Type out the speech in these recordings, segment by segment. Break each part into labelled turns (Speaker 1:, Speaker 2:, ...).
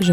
Speaker 1: Je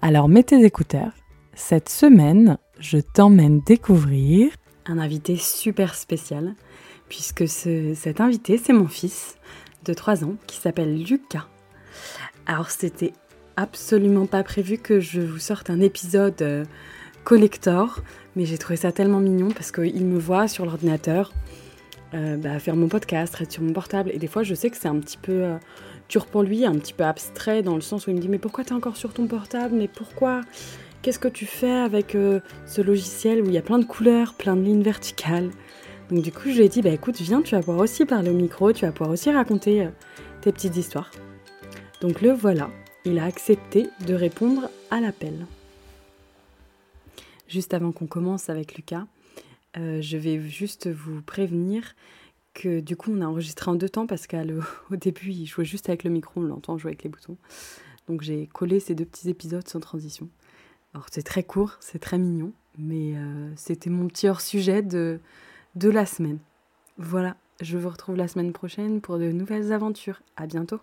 Speaker 1: Alors mets tes écouteurs. Cette semaine, je t'emmène découvrir
Speaker 2: un invité super spécial, puisque ce- cet invité, c'est mon fils de 3 ans qui s'appelle Lucas. Alors, c'était absolument pas prévu que je vous sorte un épisode euh, collector, mais j'ai trouvé ça tellement mignon parce qu'il me voit sur l'ordinateur euh, bah, faire mon podcast, être sur mon portable, et des fois, je sais que c'est un petit peu. euh, dur pour lui, un petit peu abstrait dans le sens où il me dit mais pourquoi t'es encore sur ton portable, mais pourquoi Qu'est-ce que tu fais avec euh, ce logiciel où il y a plein de couleurs, plein de lignes verticales Donc du coup je lui ai dit bah écoute viens, tu vas pouvoir aussi parler au micro, tu vas pouvoir aussi raconter euh, tes petites histoires. Donc le voilà, il a accepté de répondre à l'appel. Juste avant qu'on commence avec Lucas, euh, je vais juste vous prévenir que du coup on a enregistré en deux temps parce qu'à le- au début il jouait juste avec le micro, on l'entend jouer avec les boutons. Donc j'ai collé ces deux petits épisodes sans transition. Alors c'est très court, c'est très mignon, mais euh, c'était mon petit hors-sujet de, de la semaine. Voilà, je vous retrouve la semaine prochaine pour de nouvelles aventures. À bientôt.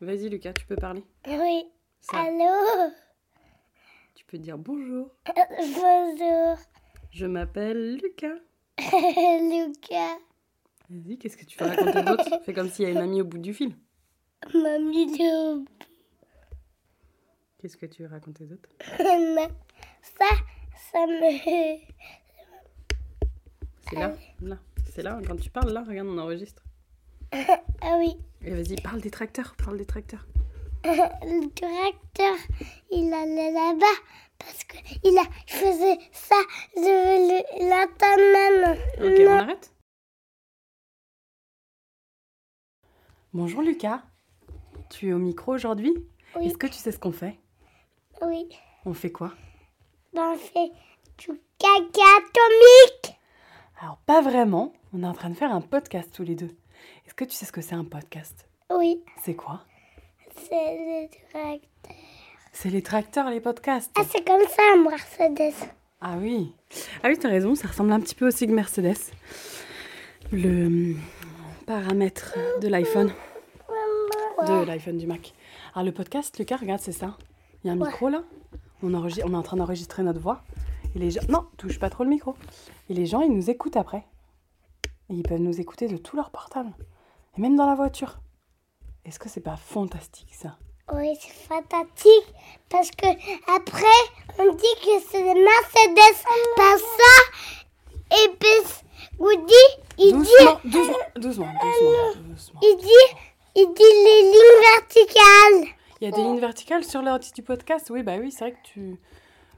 Speaker 2: Vas-y Lucas, tu peux parler.
Speaker 3: Oui, allô
Speaker 2: Tu peux dire bonjour.
Speaker 3: Bonjour,
Speaker 2: Je m'appelle Lucas.
Speaker 3: Lucas.
Speaker 2: Vas-y, qu'est-ce que tu veux raconter d'autre Fais comme s'il y a une amie au bout du fil.
Speaker 3: Mamie de
Speaker 2: Qu'est-ce que tu veux raconter d'autre
Speaker 3: Ça, ça me...
Speaker 2: C'est là, là. C'est là, quand tu parles là, regarde, on enregistre.
Speaker 3: Ah oui,
Speaker 2: Et vas-y, parle des tracteurs, parle des tracteurs.
Speaker 3: le directeur, il allait là-bas parce qu'il a... il faisait ça. Je veux le- l'entendre
Speaker 2: Ok,
Speaker 3: maintenant.
Speaker 2: on arrête Bonjour Lucas, tu es au micro aujourd'hui
Speaker 3: Oui.
Speaker 2: Est-ce que tu sais ce qu'on fait
Speaker 3: Oui,
Speaker 2: On fait quoi
Speaker 3: ben c'est du caca atomique.
Speaker 2: Alors pas vraiment, on est en train de faire un podcast tous les deux. Est-ce que tu sais ce que c'est un podcast
Speaker 3: Oui,
Speaker 2: C'est quoi
Speaker 3: c'est le directeur.
Speaker 2: C'est les tracteurs, les podcasts
Speaker 3: Ah, c'est comme ça, Mercedes.
Speaker 2: Ah oui Ah oui, t'as raison, ça ressemble un petit peu au Sig Mercedes. Le euh, paramètre de l'iPhone. de l'iPhone du Mac. Alors le podcast, Lucas, regarde, c'est ça. Il y a un
Speaker 3: Ouais.
Speaker 2: micro là. On, enregistre, on est en train d'enregistrer notre voix. Et les gens... Non, touche pas trop le micro. Et les gens, ils nous écoutent après. Et ils peuvent nous écouter de tout leur portable. Et même dans la voiture. Est-ce que c'est pas fantastique ça
Speaker 3: Oui, c'est fantastique parce que après on dit que c'est des Mercedes, pas ça. Et puis Woody, il dit,
Speaker 2: Doucement, doucement, doucement, doucement, doucement.
Speaker 3: il dit, il dit les lignes verticales.
Speaker 2: Il y a des lignes verticales sur l'ordi du podcast. Oui, bah oui, c'est vrai que tu...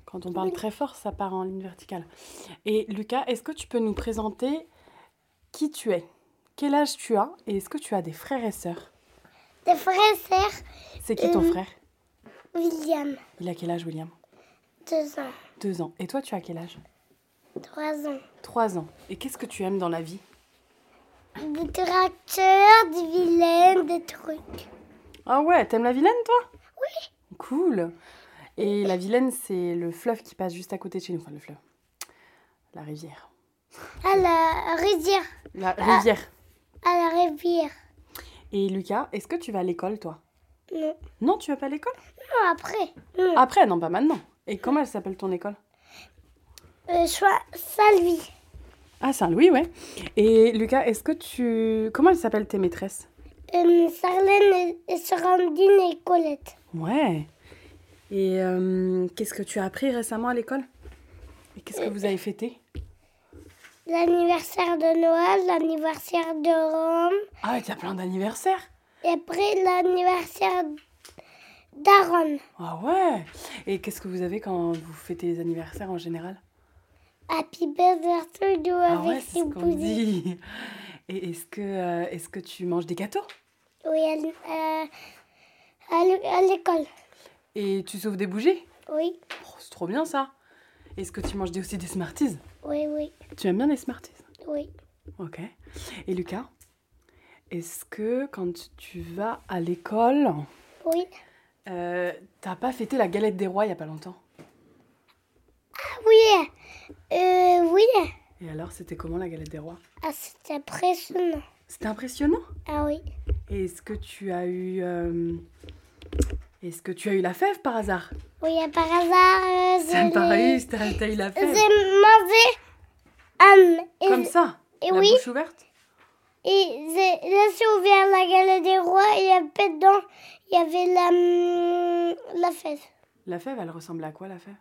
Speaker 2: Quand on parle très fort, ça part en ligne verticale. Et Lucas, est-ce que tu peux nous présenter qui tu es Quel âge tu as Et est-ce que tu as des frères et sœurs
Speaker 3: Des frères et sœurs,
Speaker 2: C'est qui ton
Speaker 3: Euh.
Speaker 2: frère
Speaker 3: William,
Speaker 2: Il a quel âge, William
Speaker 3: deux ans,
Speaker 2: Deux ans. Et toi, tu as quel âge
Speaker 3: trois ans.
Speaker 2: Trois ans. Et qu'est-ce que tu aimes dans la vie
Speaker 3: Des tracteurs, des vilaines, des trucs.
Speaker 2: Ah ouais, t'aimes la Vilaine, toi Oui. Cool. Et la Vilaine, c'est le fleuve qui passe juste à côté de chez nous. Enfin, le fleuve. La rivière.
Speaker 3: À la rivière,
Speaker 2: La rivière.
Speaker 3: à la rivière.
Speaker 2: Et Lucas, est-ce que tu vas à l'école, toi
Speaker 3: Non,
Speaker 2: Non, tu vas pas à l'école
Speaker 3: non après. Non.
Speaker 2: Après, non, pas maintenant. Et comment elle s'appelle ton école
Speaker 3: Euh, choix, Salvi.
Speaker 2: Ah, Saint-Louis, ouais. Et Lucas, est-ce que tu. Comment elles s'appellent tes maîtresses
Speaker 3: Euh, Sarlène et Sorandine et Colette.
Speaker 2: Ouais. Et euh, qu'est-ce que tu as appris récemment à l'école Et qu'est-ce que vous avez fêté
Speaker 3: L'anniversaire de Noël, l'anniversaire de Rome,
Speaker 2: Ah, il y a plein d'anniversaires
Speaker 3: et après l'anniversaire d'Aaron.
Speaker 2: Ah ouais Et qu'est-ce que vous avez quand vous fêtez les anniversaires en général
Speaker 3: Happy birthday to you
Speaker 2: Ah
Speaker 3: avec
Speaker 2: ouais, c'est
Speaker 3: ses
Speaker 2: ce qu'on
Speaker 3: cousines.
Speaker 2: dit Et est-ce que, euh, est-ce que tu manges des gâteaux
Speaker 3: Oui, à l- euh, à l- à l'école.
Speaker 2: Et tu sauves des bougies
Speaker 3: Oui,
Speaker 2: Oh, c'est trop bien ça. Est-ce que tu manges des- aussi des Smarties
Speaker 3: oui, oui,
Speaker 2: Tu aimes bien les Smarties
Speaker 3: oui.
Speaker 2: Ok. Et Lucas, est-ce que quand tu vas à l'école,
Speaker 3: Oui.
Speaker 2: euh, t'as pas fêté la galette des rois il y a pas longtemps
Speaker 3: Ah oui. Euh, oui.
Speaker 2: Et alors, c'était comment la galette des rois
Speaker 3: Ah, c'est impressionnant.
Speaker 2: C'était impressionnant.
Speaker 3: Ah oui.
Speaker 2: Et est-ce que tu as eu, euh, est-ce que tu as eu la fève par hasard
Speaker 3: Oui, à par hasard, euh,
Speaker 2: Ça
Speaker 3: j'ai-
Speaker 2: me paraît, si t'as t'as eu la
Speaker 3: j'ai
Speaker 2: fève.
Speaker 3: mangé un et,
Speaker 2: Comme ça
Speaker 3: et
Speaker 2: La
Speaker 3: oui.
Speaker 2: bouche ouverte
Speaker 3: et j'ai laissé ouvert la galette des rois et après dedans, il y avait la, hum, la fève.
Speaker 2: La fève, elle ressemble à quoi la fève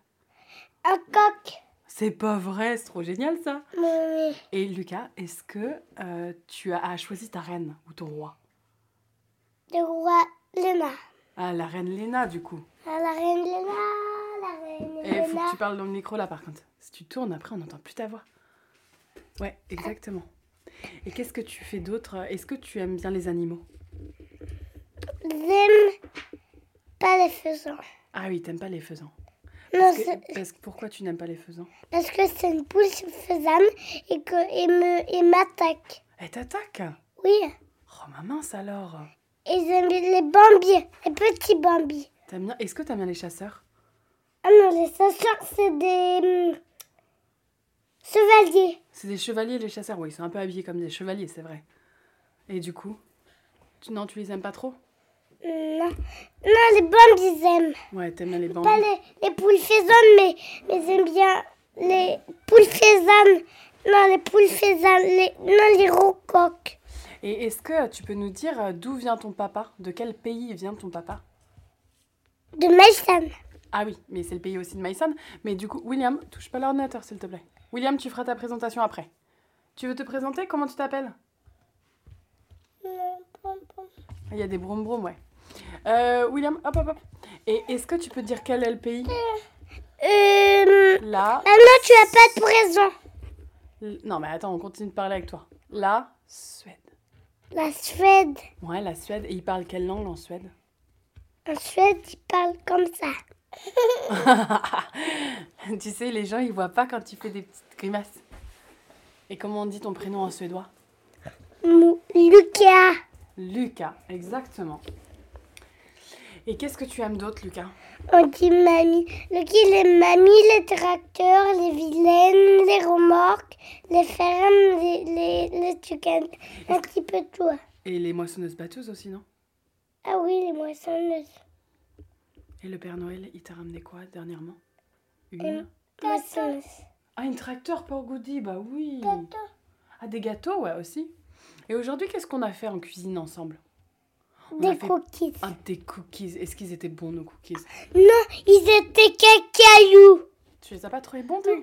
Speaker 3: Un coq.
Speaker 2: C'est pas vrai, c'est trop génial ça
Speaker 3: Oui,
Speaker 2: Et Lucas, est-ce que euh, tu as choisi ta reine ou ton roi
Speaker 3: le roi Léna.
Speaker 2: Ah, la reine Léna du coup.
Speaker 3: Ah, la reine Léna, la reine
Speaker 2: Et Eh, faut que
Speaker 3: Léna.
Speaker 2: tu parles dans le micro là par contre. Si tu tournes après, on n'entend plus ta voix. Ouais, exactement. Et qu'est-ce que tu fais d'autre Est-ce que tu aimes bien les animaux
Speaker 3: J'aime pas les faisans.
Speaker 2: Ah oui, t'aimes pas les faisans.
Speaker 3: Non,
Speaker 2: Parce
Speaker 3: c'est-
Speaker 2: que, parce que pourquoi tu n'aimes pas les faisans
Speaker 3: parce que c'est une poule faisane et qu'il me, il m'attaque.
Speaker 2: Elle t'attaque
Speaker 3: Oui.
Speaker 2: Eh, Oh ma mince alors
Speaker 3: Et j'aime les bambies, les petits bambies.
Speaker 2: T'aimes bien... Est-ce que t'aimes bien les chasseurs
Speaker 3: Ah non, les chasseurs, c'est des hum, chevaliers.
Speaker 2: C'est des chevaliers les chasseurs, oui, ils sont un peu habillés comme des chevaliers, c'est vrai. Et du coup tu... Non, tu les aimes pas trop
Speaker 3: Non, non les bambies, j'aime.
Speaker 2: Ouais, t'aimes bien les bambous.
Speaker 3: Pas les, les poules faisanes, mais, mais j'aime bien les poules faisanes. Non, les poules faisanes, les, non, les rocoques.
Speaker 2: Et est-ce que tu peux nous dire euh, d'où vient ton papa De quel pays vient ton papa
Speaker 3: De Maïsan.
Speaker 2: Ah oui, mais c'est le pays aussi de Maïson. Mais du coup, William, touche pas l'ordinateur, s'il te plaît. William, tu feras ta présentation après. Tu veux te présenter Comment tu t'appelles Il y a des brom brom, ouais. Euh, William, hop hop hop. Et est-ce que tu peux dire quel est le pays
Speaker 3: Euh,
Speaker 2: Là.
Speaker 3: ah non, tu as pas de présent.
Speaker 2: l- Non, mais attends, on continue de parler avec toi. La Suède.
Speaker 3: La Suède.
Speaker 2: Ouais, la Suède. Et ils parlent quelle langue en Suède
Speaker 3: En Suède, ils parlent comme ça.
Speaker 2: Tu sais, les gens, ils voient pas quand tu fais des petites grimaces. Et comment on dit ton prénom en suédois
Speaker 3: Mou- Lucas.
Speaker 2: Lucas, exactement. Et qu'est-ce que tu aimes d'autre, Lucas
Speaker 3: On dit mamie. Le qui les mamies, les tracteurs, les vilaines, les remorques, les fermes, les, les, les tucanes. Un petit peu de tout.
Speaker 2: Et les moissonneuses batteuses aussi, non
Speaker 3: Ah oui, les moissonneuses.
Speaker 2: Et le Père Noël, il t'a ramené quoi dernièrement
Speaker 3: Euh.
Speaker 2: Une
Speaker 3: Moissonneuses.
Speaker 2: Ah, une tracteur pour Goody, bah oui Ah, des gâteaux, ouais, aussi. Et aujourd'hui, qu'est-ce qu'on a fait en cuisine ensemble On a
Speaker 3: Des
Speaker 2: fait-
Speaker 3: cookies.
Speaker 2: Ah, des cookies. Est-ce qu'ils étaient bons, nos cookies
Speaker 3: Non, ils étaient cacailloux.
Speaker 2: Tu les as pas trouvés bons, toi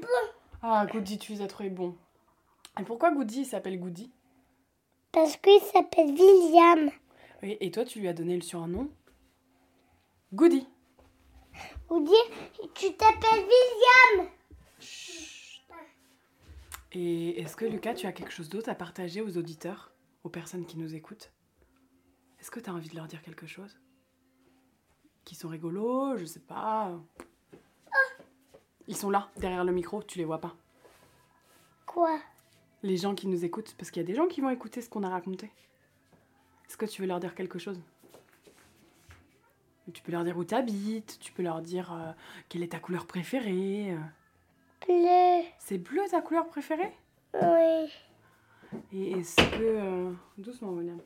Speaker 2: Ah, Goody, tu les as trouvés bons. Et pourquoi Goody il s'appelle Goody
Speaker 3: Parce qu'il s'appelle William.
Speaker 2: Oui, Et toi, tu lui as donné le surnom Goody.
Speaker 3: Ou dit, tu t'appelles William.
Speaker 2: Et est-ce que Lucas, tu as quelque chose d'autre à partager aux auditeurs, aux personnes qui nous écoutent Est-ce que tu as envie de leur dire quelque chose Qui sont rigolos, je sais pas. Ils sont là, derrière le micro, tu les vois pas.
Speaker 3: Quoi
Speaker 2: Les gens qui nous écoutent, parce qu'il y a des gens qui vont écouter ce qu'on a raconté. Est-ce que tu veux leur dire quelque chose Tu peux leur dire où t'habites, tu peux leur dire euh, quelle est ta couleur préférée. euh.
Speaker 3: Bleu.
Speaker 2: C'est bleu ta couleur préférée
Speaker 3: Oui.
Speaker 2: Et est-ce que. euh, doucement, William.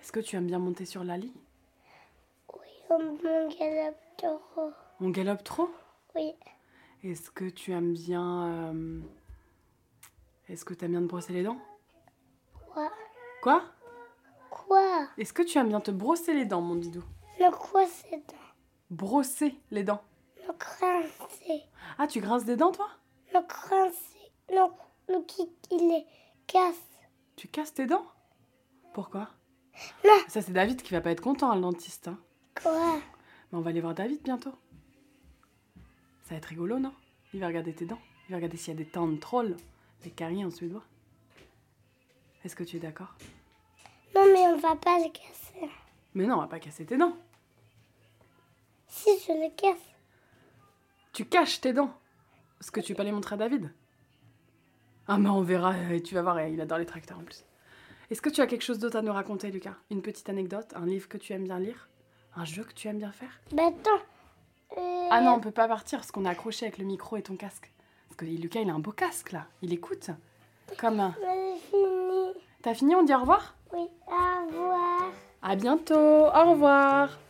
Speaker 2: Est-ce que tu aimes bien monter sur la lit
Speaker 3: On mon galoptoro.
Speaker 2: On galope trop
Speaker 3: Oui.
Speaker 2: Est-ce que tu aimes bien. euh, Est-ce que tu aimes bien te brosser les dents
Speaker 3: Quoi
Speaker 2: Quoi
Speaker 3: Quoi
Speaker 2: Est-ce que tu aimes bien te brosser les dents, mon didou
Speaker 3: Le quoi c'est
Speaker 2: Brosser les dents.
Speaker 3: Le crincer.
Speaker 2: Ah, tu grinces des dents, toi
Speaker 3: Le crincer. Le, le kick, il est casse.
Speaker 2: Tu casses tes dents Pourquoi
Speaker 3: Là.
Speaker 2: Ça, c'est David qui va pas être content, hein, le dentiste. hein.
Speaker 3: Quoi
Speaker 2: Mais on va aller voir David bientôt. Ça va être rigolo, non Il va regarder tes dents. Il va regarder s'il y a des dents de troll. Des caries en suédois. Est-ce que tu es d'accord
Speaker 3: Non, mais on va pas le casser.
Speaker 2: Mais non, on va pas casser tes dents.
Speaker 3: Si je le casse.
Speaker 2: Tu caches tes dents. Parce que tu veux pas les montrer à David. Ah, mais on verra, et tu vas voir, il adore les tracteurs en plus. Est-ce que tu as quelque chose d'autre à nous raconter, Lucas Une petite anecdote Un livre que tu aimes bien lire Un jeu que tu aimes bien faire
Speaker 3: Bah attends. Euh,
Speaker 2: Ah non, on peut pas partir parce qu'on est accroché avec le micro et ton casque. Parce que Lucas, il a un beau casque là. Il écoute. Comme. un-
Speaker 3: J'ai fini.
Speaker 2: T'as fini, on dit au revoir
Speaker 3: Oui, au revoir.
Speaker 2: À bientôt, au revoir